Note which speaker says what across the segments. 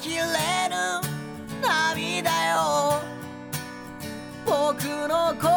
Speaker 1: きれぬ涙よ僕の声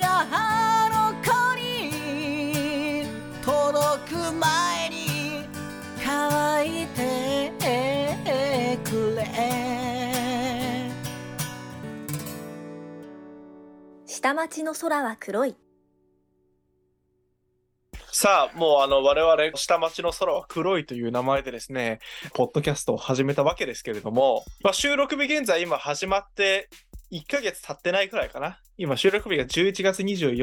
Speaker 1: があの子に届く前に乾いてくれ
Speaker 2: 下町の空は黒い
Speaker 3: さあ、もうあの、我々、下町の空は黒いという名前でですね、ポッドキャストを始めたわけですけれども、まあ、収録日現在今始まって、1ヶ月経ってないくらいかな。今、収録日が11月24、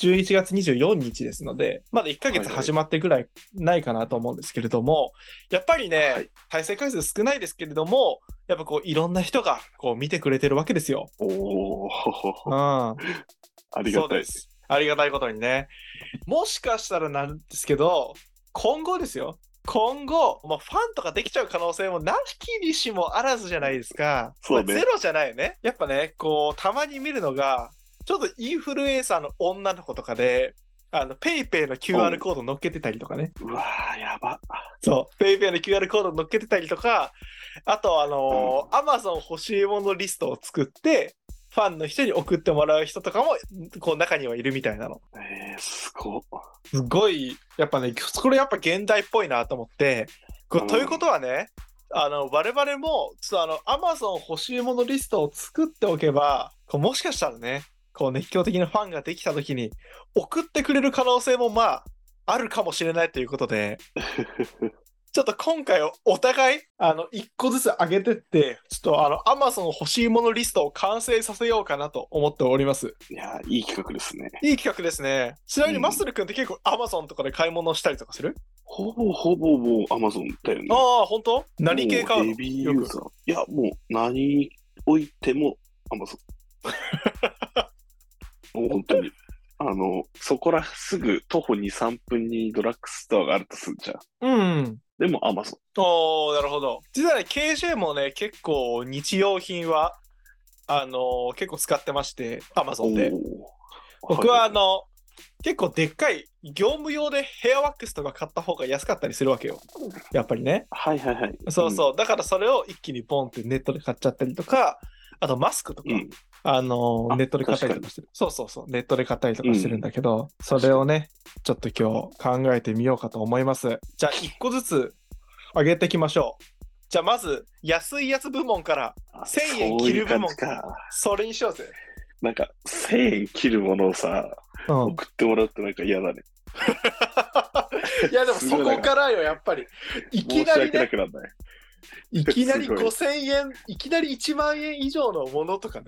Speaker 3: 11月24日ですので、まだ1ヶ月始まってくらいないかなと思うんですけれども、やっぱりね、
Speaker 4: はい
Speaker 3: 再生回数少ないですけれども、やっぱこう、いろんな人がこう見てくれてるわけですよ。
Speaker 4: おお、
Speaker 3: うん。
Speaker 4: ありがたい
Speaker 3: そうです。ありがたいことにね。もしかしたらなんですけど、今後ですよ。今後、まあ、ファンとかできちゃう可能性もなきにしもあらずじゃないですか。
Speaker 4: そうね
Speaker 3: まあゼロじゃないよね。やっぱね、こう、たまに見るのが、ちょっとインフルエンサーの女の子とかで、あの、ペイペイの QR コード乗っけてたりとかね。
Speaker 4: うわー、やば。
Speaker 3: そう。ペイペイの QR コード乗っけてたりとか、あと、あのー、Amazon 欲しいものリストを作って、ファンの人に送ってもらう人とかも、こう、中にはいるみたいなの。
Speaker 4: えー、すごっ。
Speaker 3: すごい、やっぱね、これやっぱ現代っぽいなと思って、こう
Speaker 4: うん
Speaker 3: ということはね、あの、我々も、ちょっとあの、Amazon 欲しいものリストを作っておけば、こうもしかしたらね、こう熱狂的なファンができた時に、送ってくれる可能性もまあ、あるかもしれないということで、ちょっと今回お互い、あの、一個ずつ上げてって、ちょっとあの、Amazon 欲しいものリストを完成させようかなと思っております。
Speaker 4: いやー、いい企画ですね。
Speaker 3: いい企画ですね。ちなみに
Speaker 4: うん
Speaker 3: マッスル君って結構 Amazon とかで買い物したりとかする、
Speaker 4: ほぼほぼもう Amazon だよね。
Speaker 3: ああ、本当何系買う
Speaker 4: も
Speaker 3: の
Speaker 4: ヘビーユーザー。いや、もう何においても Amazon。もう 本当に。あの、そこらすぐ徒歩2、3分にドラッグストアがあるとするじゃん。
Speaker 3: うん。
Speaker 4: でも Amazon。
Speaker 3: おおなるほど。実はね、KJ もね、結構日用品は、あのー結構使ってまして、Amazon で。
Speaker 4: おー
Speaker 3: 僕はあ
Speaker 4: い
Speaker 3: の、結構でっかい業務用でヘアワックスとか買った方が安かったりするわけよ。やっぱりね。
Speaker 4: はいはいはい。
Speaker 3: そうそう。だからそれを一気にボンってネットで買っちゃったりとか、あとマスクとか、
Speaker 4: うん。うん。
Speaker 3: あのー
Speaker 4: あ
Speaker 3: ネットで買ったりとかしてる。そうそうそう。ネットで買ったりとかしてるんだけど、それをね、ちょっと今日考えてみようかと思います。じゃあ、一個ずつ上げていきましょう。じゃあ、まず、安いやつ部門から、
Speaker 4: あ
Speaker 3: 1000円
Speaker 4: そうい
Speaker 3: 切
Speaker 4: う
Speaker 3: る部門
Speaker 4: 感じか。
Speaker 3: それにしようぜ。
Speaker 4: なんか、1000円切るものをさ、
Speaker 3: うん。
Speaker 4: 送ってもらうってなんか嫌だね。
Speaker 3: いや、でもそこからよ、やっぱり。いき
Speaker 4: 申し
Speaker 3: なり
Speaker 4: 訳
Speaker 3: ね
Speaker 4: な、くなんない。
Speaker 3: いきなり
Speaker 4: すごい
Speaker 3: 5000円、いきなり1万円以上のものとか ね。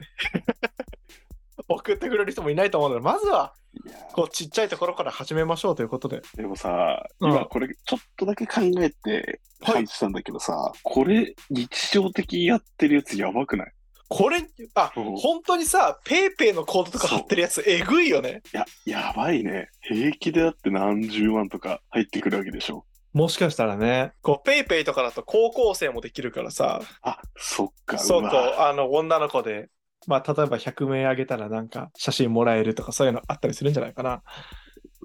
Speaker 3: 送ってくれる人もいないと思うので、まずはい
Speaker 4: や
Speaker 3: こうちっちゃいところから始めましょうということで。
Speaker 4: でもさ、
Speaker 3: うん
Speaker 4: 今これちょっとだけ考えて
Speaker 3: はい
Speaker 4: 書いてたんだけどさ、これ日常的にやってるやつやばくない
Speaker 3: これ、あ、
Speaker 4: うん
Speaker 3: 本当にさ、ペイペイのコードとか貼ってるやつ、えぐいよね。
Speaker 4: いや、やばいね。平気でだって何十万とか入ってくるわけでしょ。
Speaker 3: もしかしたらね。こう、ペイペイとかだと高校生もできるからさ、
Speaker 4: あ、そっか。
Speaker 3: そう
Speaker 4: う
Speaker 3: こ
Speaker 4: わ
Speaker 3: う、あの、女の子で、まあ、例えば100名あげたらなんか写真もらえるとかそういうのあったりするんじゃないかな。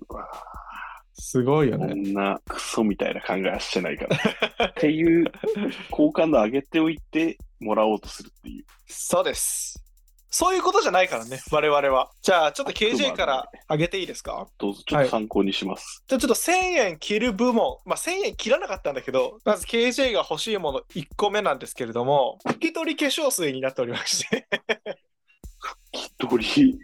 Speaker 4: うわ
Speaker 3: すごいよ
Speaker 4: こ
Speaker 3: ね。
Speaker 4: んなクソみたいな考えはしてないから。っていう、好感度上げておいてもらおうとするっていう。
Speaker 3: そうです。そういうことじゃないからね、我々は。じゃあ、ちょっと KJ からあげていいですか
Speaker 4: どうぞちょっと参考にします。
Speaker 3: じゃあちょっと1000円切る部門、まあ、1000円切らなかったんだけど、まず KJ が欲しいもの1個目なんですけれども、拭き取り化粧水になっておりまして、
Speaker 4: 一人、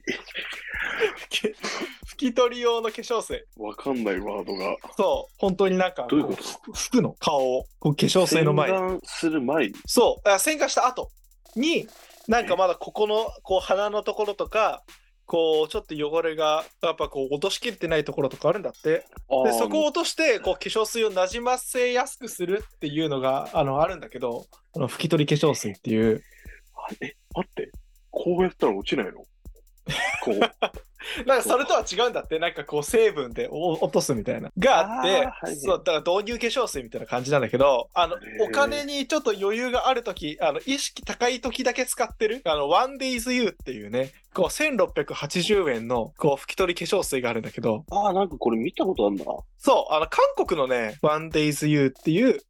Speaker 3: 拭き取り用の化粧水。
Speaker 4: わかんないワードが。
Speaker 3: そう、本当になんか
Speaker 4: どういうこと
Speaker 3: こう服の顔をこう化粧水の前に。
Speaker 4: 洗顔する前に。
Speaker 3: そう、あ洗顔した後に、なんかまだここのこう鼻のところとか、こうちょっと汚れがやっぱこう落としきれてないところとかあるんだって。でそこを
Speaker 4: を
Speaker 3: 落としてこう化粧水をなじませやすくするっていうのがあのあるんだけどあの拭き取り化粧水っていう
Speaker 4: え、待って。こうやったら落ちないのこう。
Speaker 3: なんかそれとは違うんだってなんかこう成分でお落とすみたいながあって
Speaker 4: あーはいはい
Speaker 3: そうだから導入化粧水みたいな感じなんだけどあの
Speaker 4: へー
Speaker 3: お金にちょっと余裕がある時あの意識高い時だけ使ってるあの OneDaysYou っていうねこう1680円のこう拭き取り化粧水があるんだけど
Speaker 4: ああ、なんかこれ見たことあるな。
Speaker 3: そう、あの、韓国のね、One Days You っていう、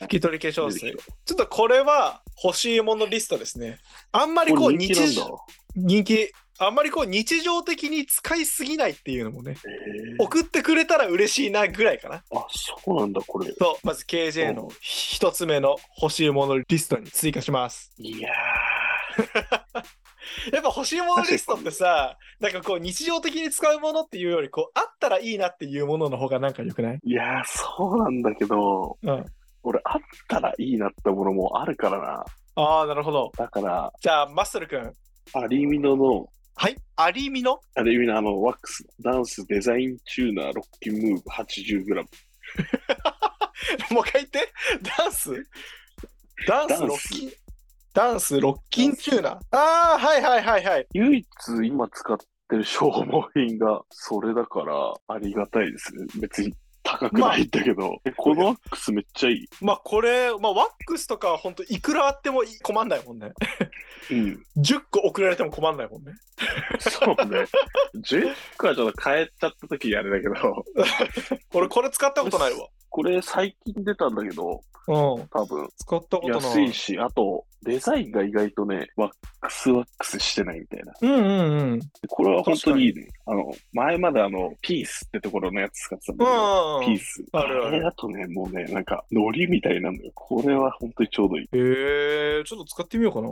Speaker 3: 拭き取り化粧水
Speaker 4: 出て。
Speaker 3: ちょっとこれは欲しいものリストですね。あんまりこ
Speaker 4: こ
Speaker 3: う
Speaker 4: れ人
Speaker 3: 日
Speaker 4: 気なんだ。
Speaker 3: 常人気あんまりこう日常的に使いすぎないっていうのもね、
Speaker 4: へー
Speaker 3: 送ってくれたら嬉しいなぐらいかな。
Speaker 4: あ、そうなんだ、これ。
Speaker 3: と、まず KJ の一つ目の欲しいものリストに追加します。
Speaker 4: いや
Speaker 3: やっぱ欲しいものリストってさ、なんかこう日常的に使うものっていうより、こうあったらいいなっていうものの方がなんか良くない
Speaker 4: ー、いやー、そうなんだけど、
Speaker 3: うん。
Speaker 4: 俺、あったらいいなってものもあるからな。
Speaker 3: ああ、なるほど。
Speaker 4: だから、
Speaker 3: じゃあ、マッスル君。
Speaker 4: アリミノの、
Speaker 3: はい。アリミノ
Speaker 4: アリミノあの、ワックス、ダンス、デザインチューナー、ロッキンムーブ、80g。
Speaker 3: もう一回言って。ダンスダンス
Speaker 4: ダンス
Speaker 3: ロッキン。ダンスロッキンチューナー。ああ、はいはいはいはい。
Speaker 4: 唯一今使ってる消耗品がそれだからありがたいですね。別に高くないんだけど、えこのワックスめっちゃいい。
Speaker 3: まあこれ、まあワックスとかは本当いくらあってもい困んないもんね。
Speaker 4: うん。
Speaker 3: 10個送られても困んないもんね。
Speaker 4: そうね。10個はちょっと変えちゃった時あれだけど、
Speaker 3: 俺これ使ったことないわ。
Speaker 4: これ最近出たんだけど、
Speaker 3: うん。
Speaker 4: 多分
Speaker 3: 使ったことない。
Speaker 4: 安いし、あとデザインが意外とね、ワックスワックスしてないみたいな。
Speaker 3: うんうんうん。うんうん
Speaker 4: これは本当にいいね。あの、前まであの、ピースってところのやつ使ってたんだけど、
Speaker 3: うん。
Speaker 4: ピー
Speaker 3: へ
Speaker 4: ス。
Speaker 3: あるある
Speaker 4: れだとね、もうね、なんか、海苔みたいなんだよ。これは本当にちょうどいい。
Speaker 3: え、ちょっと使ってみようかな。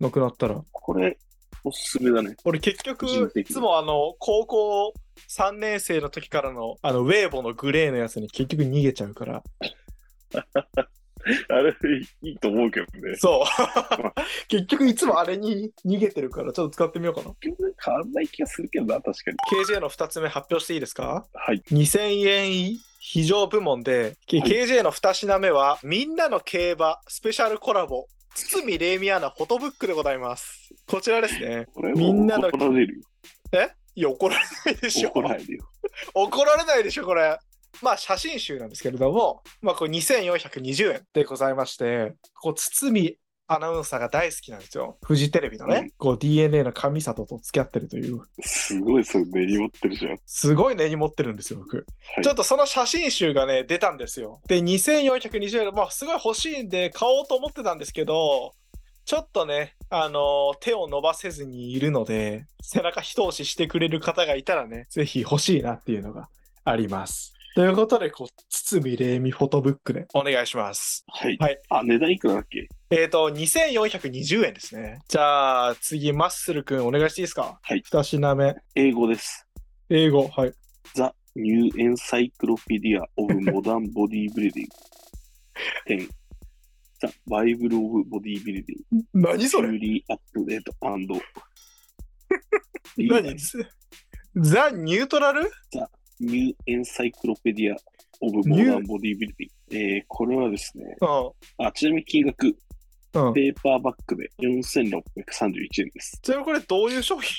Speaker 3: なくなったら。
Speaker 4: これ、おすすめだ ね。
Speaker 3: 俺結局
Speaker 4: 人的
Speaker 3: いつもあの高校3年生の時からのあのウェーボのグレーのやつに結局逃げちゃうから
Speaker 4: あれ、いいと思うけどね。
Speaker 3: そう 結局いつもあれに逃げてるからちょっと使ってみようかな
Speaker 4: 結局変わんない気がするけどな、確かに。
Speaker 3: KJ の2つ目発表していいですか
Speaker 4: はい。
Speaker 3: 2000円非常部門で、K-
Speaker 4: はい
Speaker 3: KJ の2品目はみんなの競馬スペシャルコラボ堤レイミアナフォトブックでございますこちらですね
Speaker 4: これ
Speaker 3: みんなの
Speaker 4: 怒られるよ。
Speaker 3: えいや怒られないでしょ
Speaker 4: 怒られるよ。
Speaker 3: 怒られないでしょこれまあ写真集なんですけれども、まあ、これ2420円でございましてこう堤アナウンサーが大好きなんですよフジテレビのね、
Speaker 4: うん
Speaker 3: こう DNA の神里と付き合ってるという
Speaker 4: すごい、それ根に持ってるじゃん。
Speaker 3: すごい根に持ってるんですよ僕、
Speaker 4: い
Speaker 3: ちょっとその写真集がね出たんですよで2420円まあすごい欲しいんで買おうと思ってたんですけどちょっとねあのー手を伸ばせずにいるので背中一押ししてくれる方がいたらねぜひ欲しいなっていうのがありますということでこう堤礼美フォトブックでお願いします
Speaker 4: はい。
Speaker 3: はい
Speaker 4: あ、値段いくらだっけ
Speaker 3: えっ、ー、と2420円ですねじゃあ次マッスルくんお願いしていいですか
Speaker 4: はい
Speaker 3: 2品目
Speaker 4: 英語です。
Speaker 3: 英語はい
Speaker 4: The New Encyclopedia of Modern Bodybuilding 10 The Bible of Bodybuilding
Speaker 3: 何それ
Speaker 4: Fully Update and
Speaker 3: 何ザ・ニュートラル
Speaker 4: New Encyclopedia of Modern Bodybuilding、えーこれはですね、
Speaker 3: うん
Speaker 4: あちなみに金額、
Speaker 3: うん、
Speaker 4: ペーパーバッグで4631円です。
Speaker 3: ちなみにこれどういう商品、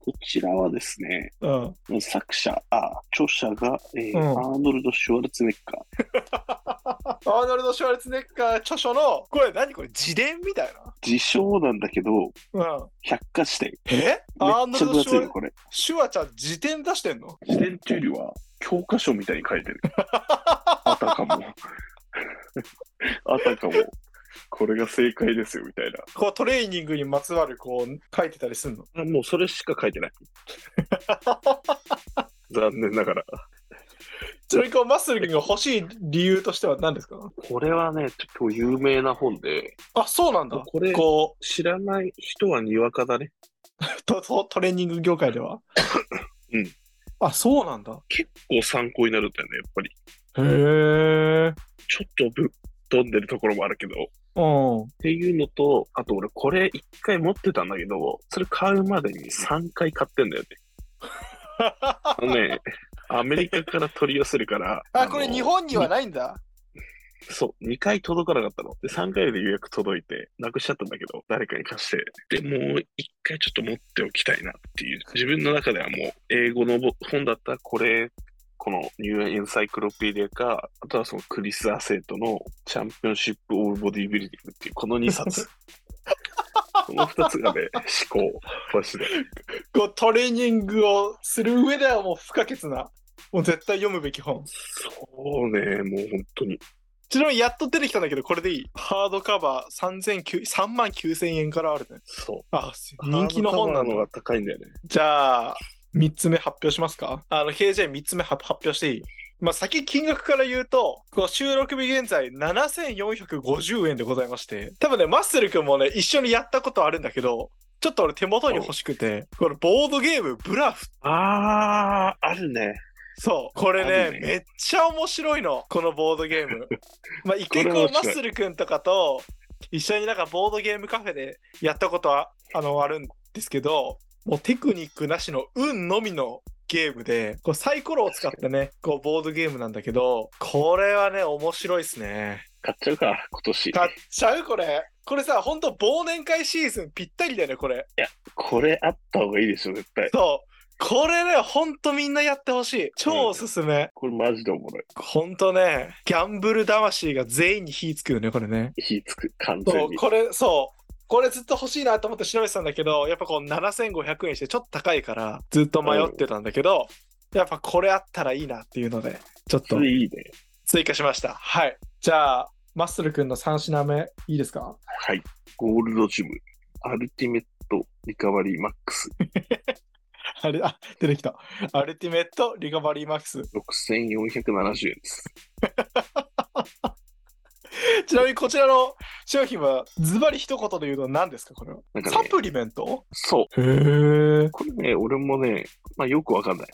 Speaker 4: こちらはですね、
Speaker 3: うん、
Speaker 4: 作者、あ著者が、えー
Speaker 3: うん
Speaker 4: アーノルド・シュワルツェネッカー。
Speaker 3: アーノルド・シュワルツェネッカー著書のこれ何これ自伝みたい
Speaker 4: 自称なんだけど、
Speaker 3: な、うん、
Speaker 4: 百科事典。
Speaker 3: え
Speaker 4: め
Speaker 3: アー
Speaker 4: っ
Speaker 3: ノ
Speaker 4: ちゃ
Speaker 3: ルド・
Speaker 4: 分
Speaker 3: シュ
Speaker 4: 厚い
Speaker 3: ワ
Speaker 4: の、これ。
Speaker 3: シュワちゃん自伝出してんの
Speaker 4: 自伝というよりは教科書みたいに書い てる。あたかも。 あたかも。これが正解ですよみたい
Speaker 3: こうトレーニングにまつわるこう書いてたりすんの
Speaker 4: な。もうそれしか書いてない。 残念ながら。
Speaker 3: それにこうマッスル君が欲しい理由としては何ですか
Speaker 4: これはね、結構有名な本で、
Speaker 3: あそうなんだ
Speaker 4: これ
Speaker 3: こ
Speaker 4: 知らない人はにわかだね。
Speaker 3: うととトレーニング業界では
Speaker 4: うん
Speaker 3: あそうなんだ
Speaker 4: 結構参考になるんだよね、やっぱり。
Speaker 3: へえ
Speaker 4: ちょっとぶっ飛んでるところもあるけど。っ
Speaker 3: うん
Speaker 4: ていうのと、あと俺これ一回持ってたんだけど、それ買うまでに3回買ってん だよね。あのね、アメリカから取り寄せるから。
Speaker 3: あこれ
Speaker 4: の
Speaker 3: 日本にはないんだ
Speaker 4: そう、2回届かなかったの。で、3回で予約届いて、なくしちゃったんだけど、誰かに貸して。で、もう1回ちょっと持っておきたいなっていう。自分の中ではもう、英語のぼ本だったらこれ、このニューエンサイクロペディアか、あとはそのクリス・アセートのチャンピオンシップ・オブ・ボディビルディングっていう、この2冊。 この2つがね、思考、マジで。
Speaker 3: こうトレーニングをする上ではもう不可欠なもう絶対読むべき本
Speaker 4: そうね、もう本当に。
Speaker 3: ちなみにやっと出てきたんだけど、これでいい。ハードカバー39 3万9000円からあるね。
Speaker 4: そう。
Speaker 3: あ、人気の本なの
Speaker 4: ハードカバーの方
Speaker 3: が
Speaker 4: が。高いんだよね。
Speaker 3: じゃあ、3つ目発表しますかあの、KJ3 つ目は発表していいまあ、先金額から言うと、こう収録日現在7450円でございまして、多分ね、マッスル君もね、一緒にやったことあるんだけど、ちょっと俺手元に欲しくて、これボードゲームブラフ
Speaker 4: あー、あるね。
Speaker 3: そう、これ
Speaker 4: あ
Speaker 3: ね
Speaker 4: るね
Speaker 3: めっちゃ面白いの、このボードゲー ム。まあ、一回
Speaker 4: これ
Speaker 3: こ
Speaker 4: は
Speaker 3: う、マ
Speaker 4: 面白い
Speaker 3: ッスル君とかと一緒になんかボードゲームカフェでやったことはあのあるんですけど、もうテクニックなしの運のみのゲームで、こうサイコロを使ってね、こうボードゲームなんだけど、これはね、面白いですね。
Speaker 4: 買っちゃうか、今年。
Speaker 3: 買っちゃうこれ。これさ、ほんと忘年会シーズンぴったりだよね、これ。
Speaker 4: これあった方がいいでしょ、絶対。
Speaker 3: そう。これね、ほんとみんなやってほしい。超おすすめ。
Speaker 4: これマジでおもろい。
Speaker 3: ほんとね、ギャンブル魂が全員に火つくよね、これね。
Speaker 4: 火つく、完
Speaker 3: そ
Speaker 4: 全
Speaker 3: う、
Speaker 4: に。
Speaker 3: これ、そう。これずっと欲しいなと思って調べてたんだけど、やっぱこう7500円してちょっと高いから、ずっと迷ってたんだけど、やっぱこれあったらいいなっていうので、ちょっと
Speaker 4: それいいね。
Speaker 3: 追加しました。はい。じゃあ、マッスル君の3品目、いいですか
Speaker 4: はい。ゴールドジム、アルティメットリカバリーマックス、
Speaker 3: あれ、あ、出てきた。アルティメットリカバリーマックス。
Speaker 4: 6470円です。
Speaker 3: ちなみにこちらの商品は、ズバリ一言で言うと何ですかこれは。
Speaker 4: なんか
Speaker 3: サ
Speaker 4: ね、
Speaker 3: プリメント
Speaker 4: そう。
Speaker 3: へえ。
Speaker 4: これね、俺もね、まあよく わかんない。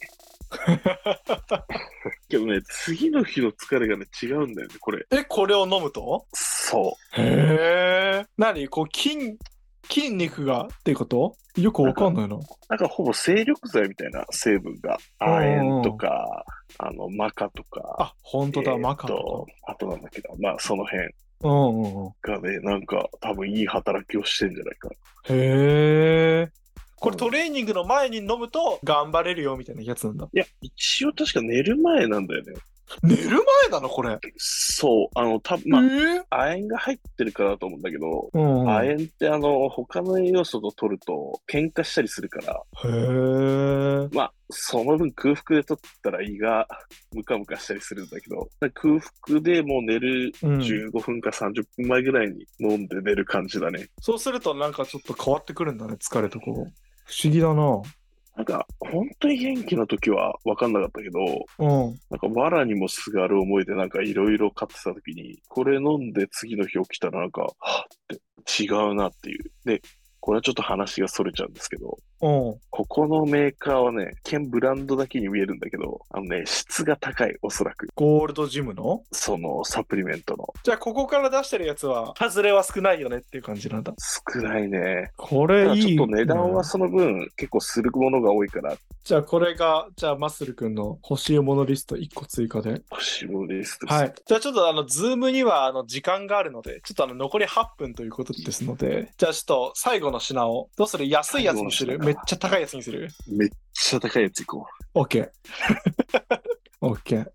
Speaker 4: けどね、次の日の疲れがね、違うんだよね、これ。
Speaker 3: え、これを飲むと
Speaker 4: そ
Speaker 3: へえ。何こう筋筋肉がっていうことよくわかんないな。
Speaker 4: う。なんかほぼ精力剤みたいな成分が、
Speaker 3: ん
Speaker 4: 亜鉛とか、あの、マカとか、
Speaker 3: あ、本当だ、
Speaker 4: えーっと
Speaker 3: マカと
Speaker 4: あとなんだけど、まあその辺
Speaker 3: か。うんうんうん。
Speaker 4: がね、なんか多分いい働きをしてんじゃないか。
Speaker 3: へえ。これトレーニングの前に飲むと頑張れるよみたいなやつなんだ。
Speaker 4: いや、一応確か寝る前なんだよね。
Speaker 3: 寝る前なのこれ。
Speaker 4: そう、あの、たぶん、まあ、亜鉛が入ってるからだと思うんだけど、
Speaker 3: うんうん。
Speaker 4: 亜
Speaker 3: へ
Speaker 4: 鉛ってあの、他の栄養素と取ると喧嘩したりするから、
Speaker 3: え。
Speaker 4: まあ、その分空腹で取ったら胃がムカムカしたりするんだけど、だから空腹でもう寝る
Speaker 3: うん、
Speaker 4: 15分か30分前ぐらいに飲んで寝る感じだね。
Speaker 3: そうするとなんかちょっと変わってくるんだね疲れとこう不思議だな
Speaker 4: なんか、本当に元気な時は分かんなかったけど、
Speaker 3: うん
Speaker 4: なんか、藁にもすがる思いで、なんか、いろいろ買ってた時に、これ飲んで次の日起きたら、なんか、はぁって、違うなっていう。で、これはちょっと話がそれちゃうんですけど、
Speaker 3: うん
Speaker 4: ここのメーカーはね、兼ブランドだけに見えるんだけど、あのね、質が高い、おそらく。
Speaker 3: ゴールドジムの
Speaker 4: その、サプリメントの。
Speaker 3: じゃあここから出してるやつは外れは少ないよねっていう感じなんだ
Speaker 4: 少ないね。
Speaker 3: こ
Speaker 4: た
Speaker 3: れ
Speaker 4: だ
Speaker 3: いい
Speaker 4: ちょっと値段
Speaker 3: な
Speaker 4: はその分、結構するものが多いから、
Speaker 3: じゃあこれが、じゃあマッスル君の欲しいものリスト1個追加で。
Speaker 4: 腰もです。
Speaker 3: はい。じゃあちょっとあの、ズームにはあの、時間があるので、ちょっとあの、残り8分ということですので、じゃあちょっと最後の品を、どうする安いやつにす
Speaker 4: 最
Speaker 3: る
Speaker 4: 後の品か
Speaker 3: めっちゃ高いやつにする
Speaker 4: めっちゃ高いやついこ
Speaker 3: ?OK。OK。じゃ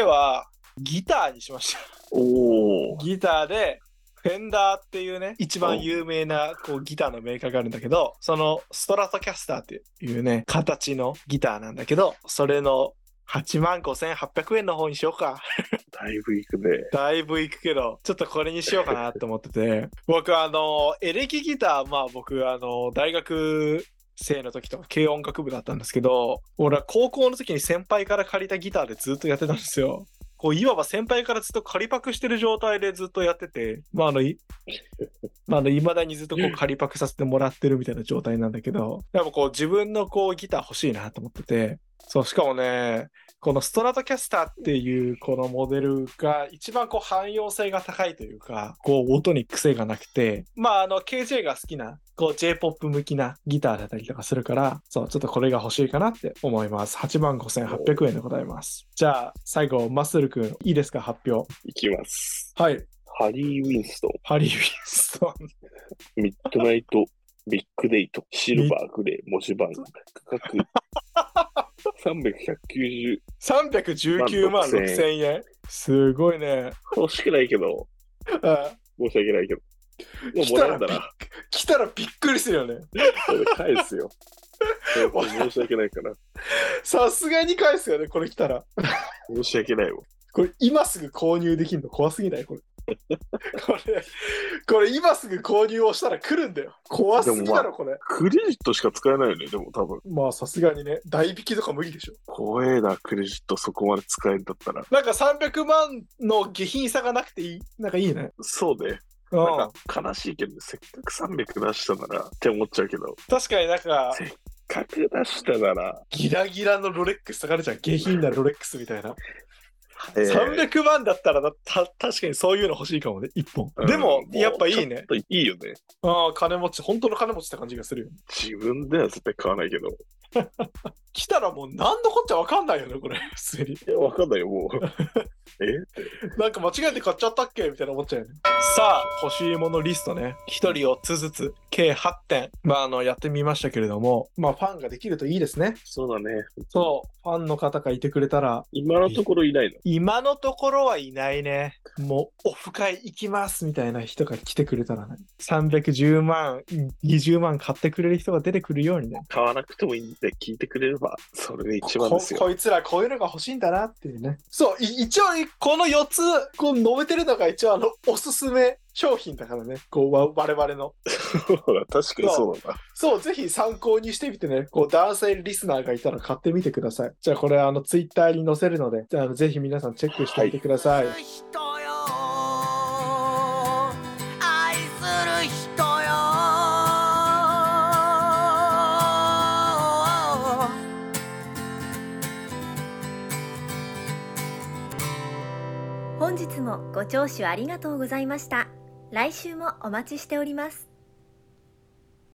Speaker 3: あ KJ は、ギターにしました。
Speaker 4: う。おお。
Speaker 3: ギターで、フェンダーっていうね、一番有名なこうギターのメーカーがあるんだけど、そのストラトキャスターっていうね、形のギターなんだけど、それの8万5800円の方にしようか。
Speaker 4: だいぶいくね。
Speaker 3: だいぶいくけど、ちょっとこれにしようかなと思ってて、 僕あの、エレキギター、まあ僕あの、大学生の時とか軽音楽部だったんですけど、俺は高校の時に先輩から借りたギターでずっとやってたんですよ。こういわば先輩からずっと借りパクしてる状態でずっとやってて、まああの、いまああの、未だにずっとこう借りパクさせてもらってるみたいな状態なんだけど、やっぱこう自分のこうギター欲しいなと思ってて、そう、しかもね、このストラトキャスターっていうこのモデルが一番こう汎用性が高いというか、こう音に癖がなくて、まああの KJ が好きな、こう J-POP 向きなギターだったりとかするから、そう、ちょっとこれが欲しいかなって思います。85,800円でございます。じゃあ最後、マッスル君、いいですか発表。
Speaker 4: いきます。
Speaker 3: はい。
Speaker 4: ハリー・ウィンストン。
Speaker 3: ハリー・ウィンストン。
Speaker 4: ミッドナイト、ビッグデイト、シルバー、グレー、文字番、価 格、390。
Speaker 3: 319万6,000円。すごいね。
Speaker 4: 欲しくないけど、
Speaker 3: あ
Speaker 4: 申し訳ないけど。もう
Speaker 3: 来
Speaker 4: も
Speaker 3: た
Speaker 4: ら
Speaker 3: ら
Speaker 4: えた
Speaker 3: びっ
Speaker 4: ら、
Speaker 3: 来たらびっくりするよね。
Speaker 4: 俺返すよ。申し訳ないから。
Speaker 3: さすがに返すよね、これ来たら。
Speaker 4: 申し訳ないわ。
Speaker 3: これ今すぐ購入できるの怖すぎないこれ。 これ、これ今すぐ購入をしたら来るんだよ。怖すぎだろ、これ。
Speaker 4: クレジットしか使えないよね、でも多分。
Speaker 3: まあさすがにね、代引きとか無理でしょ。
Speaker 4: 怖えな、クレジットそこまで使えるんだったら。
Speaker 3: なんか300万の下品さがなくていい。なんかいいね。
Speaker 4: そうね。
Speaker 3: う
Speaker 4: なん
Speaker 3: ん。
Speaker 4: か悲しいけど、せっかく300出したならって思っちゃうけど、
Speaker 3: 確かになんか、
Speaker 4: せっかく出したなら、
Speaker 3: ギラギラのロレックスとかあるじゃん。下品なロレックスみたいな。
Speaker 4: えー
Speaker 3: 300万だったらだた確かにそういうの欲しいかもね、1本。
Speaker 4: うん
Speaker 3: でも、
Speaker 4: う
Speaker 3: やっぱいい
Speaker 4: ちょ
Speaker 3: ね
Speaker 4: っ。といいよね。
Speaker 3: ああ、金持ち、本当の金持ちって感じがするよね。
Speaker 4: 自分では絶対買わないけど。
Speaker 3: 来たらもう何のこっちゃ分かんないよね、これ。 普通に。
Speaker 4: いや、わかんないよ、もう。え
Speaker 3: なんか間違えて買っちゃったっけみたいな思っちゃうよね。さあ、欲しいものリストね。1人をつずつ、計8点。まあ、あの、やってみましたけれども、まあ、ファンができるといいですね。
Speaker 4: そうだね。
Speaker 3: そう、ファンの方がいてくれたら、
Speaker 4: 今のところいないの。
Speaker 3: 今のところはいないね。もう、オフ会行きますみたいな人が来てくれたらね。310万、20万買ってくれる人が出てくるようにね。
Speaker 4: 買わなくてもいいんで聞いてくれれば、それで一番
Speaker 3: こ
Speaker 4: ですよ。
Speaker 3: こいつらこういうのが欲しいんだなっていうね。そう、い一応この4つ、こう述べてるのが一応あの、おすすめ商品だからね。こう、わ我々の。
Speaker 4: そうだ 確かにそうだな。
Speaker 3: そう、ぜひ参考にしてみてね、こう男性リスナーがいたら買ってみてください。じゃあこれあのツイッターに載せるので、じゃああのぜひ皆さんチェックしてみてください。
Speaker 1: 愛する人よ愛する人よ
Speaker 2: 本日もご聴取ありがとうございました来週もお待ちしております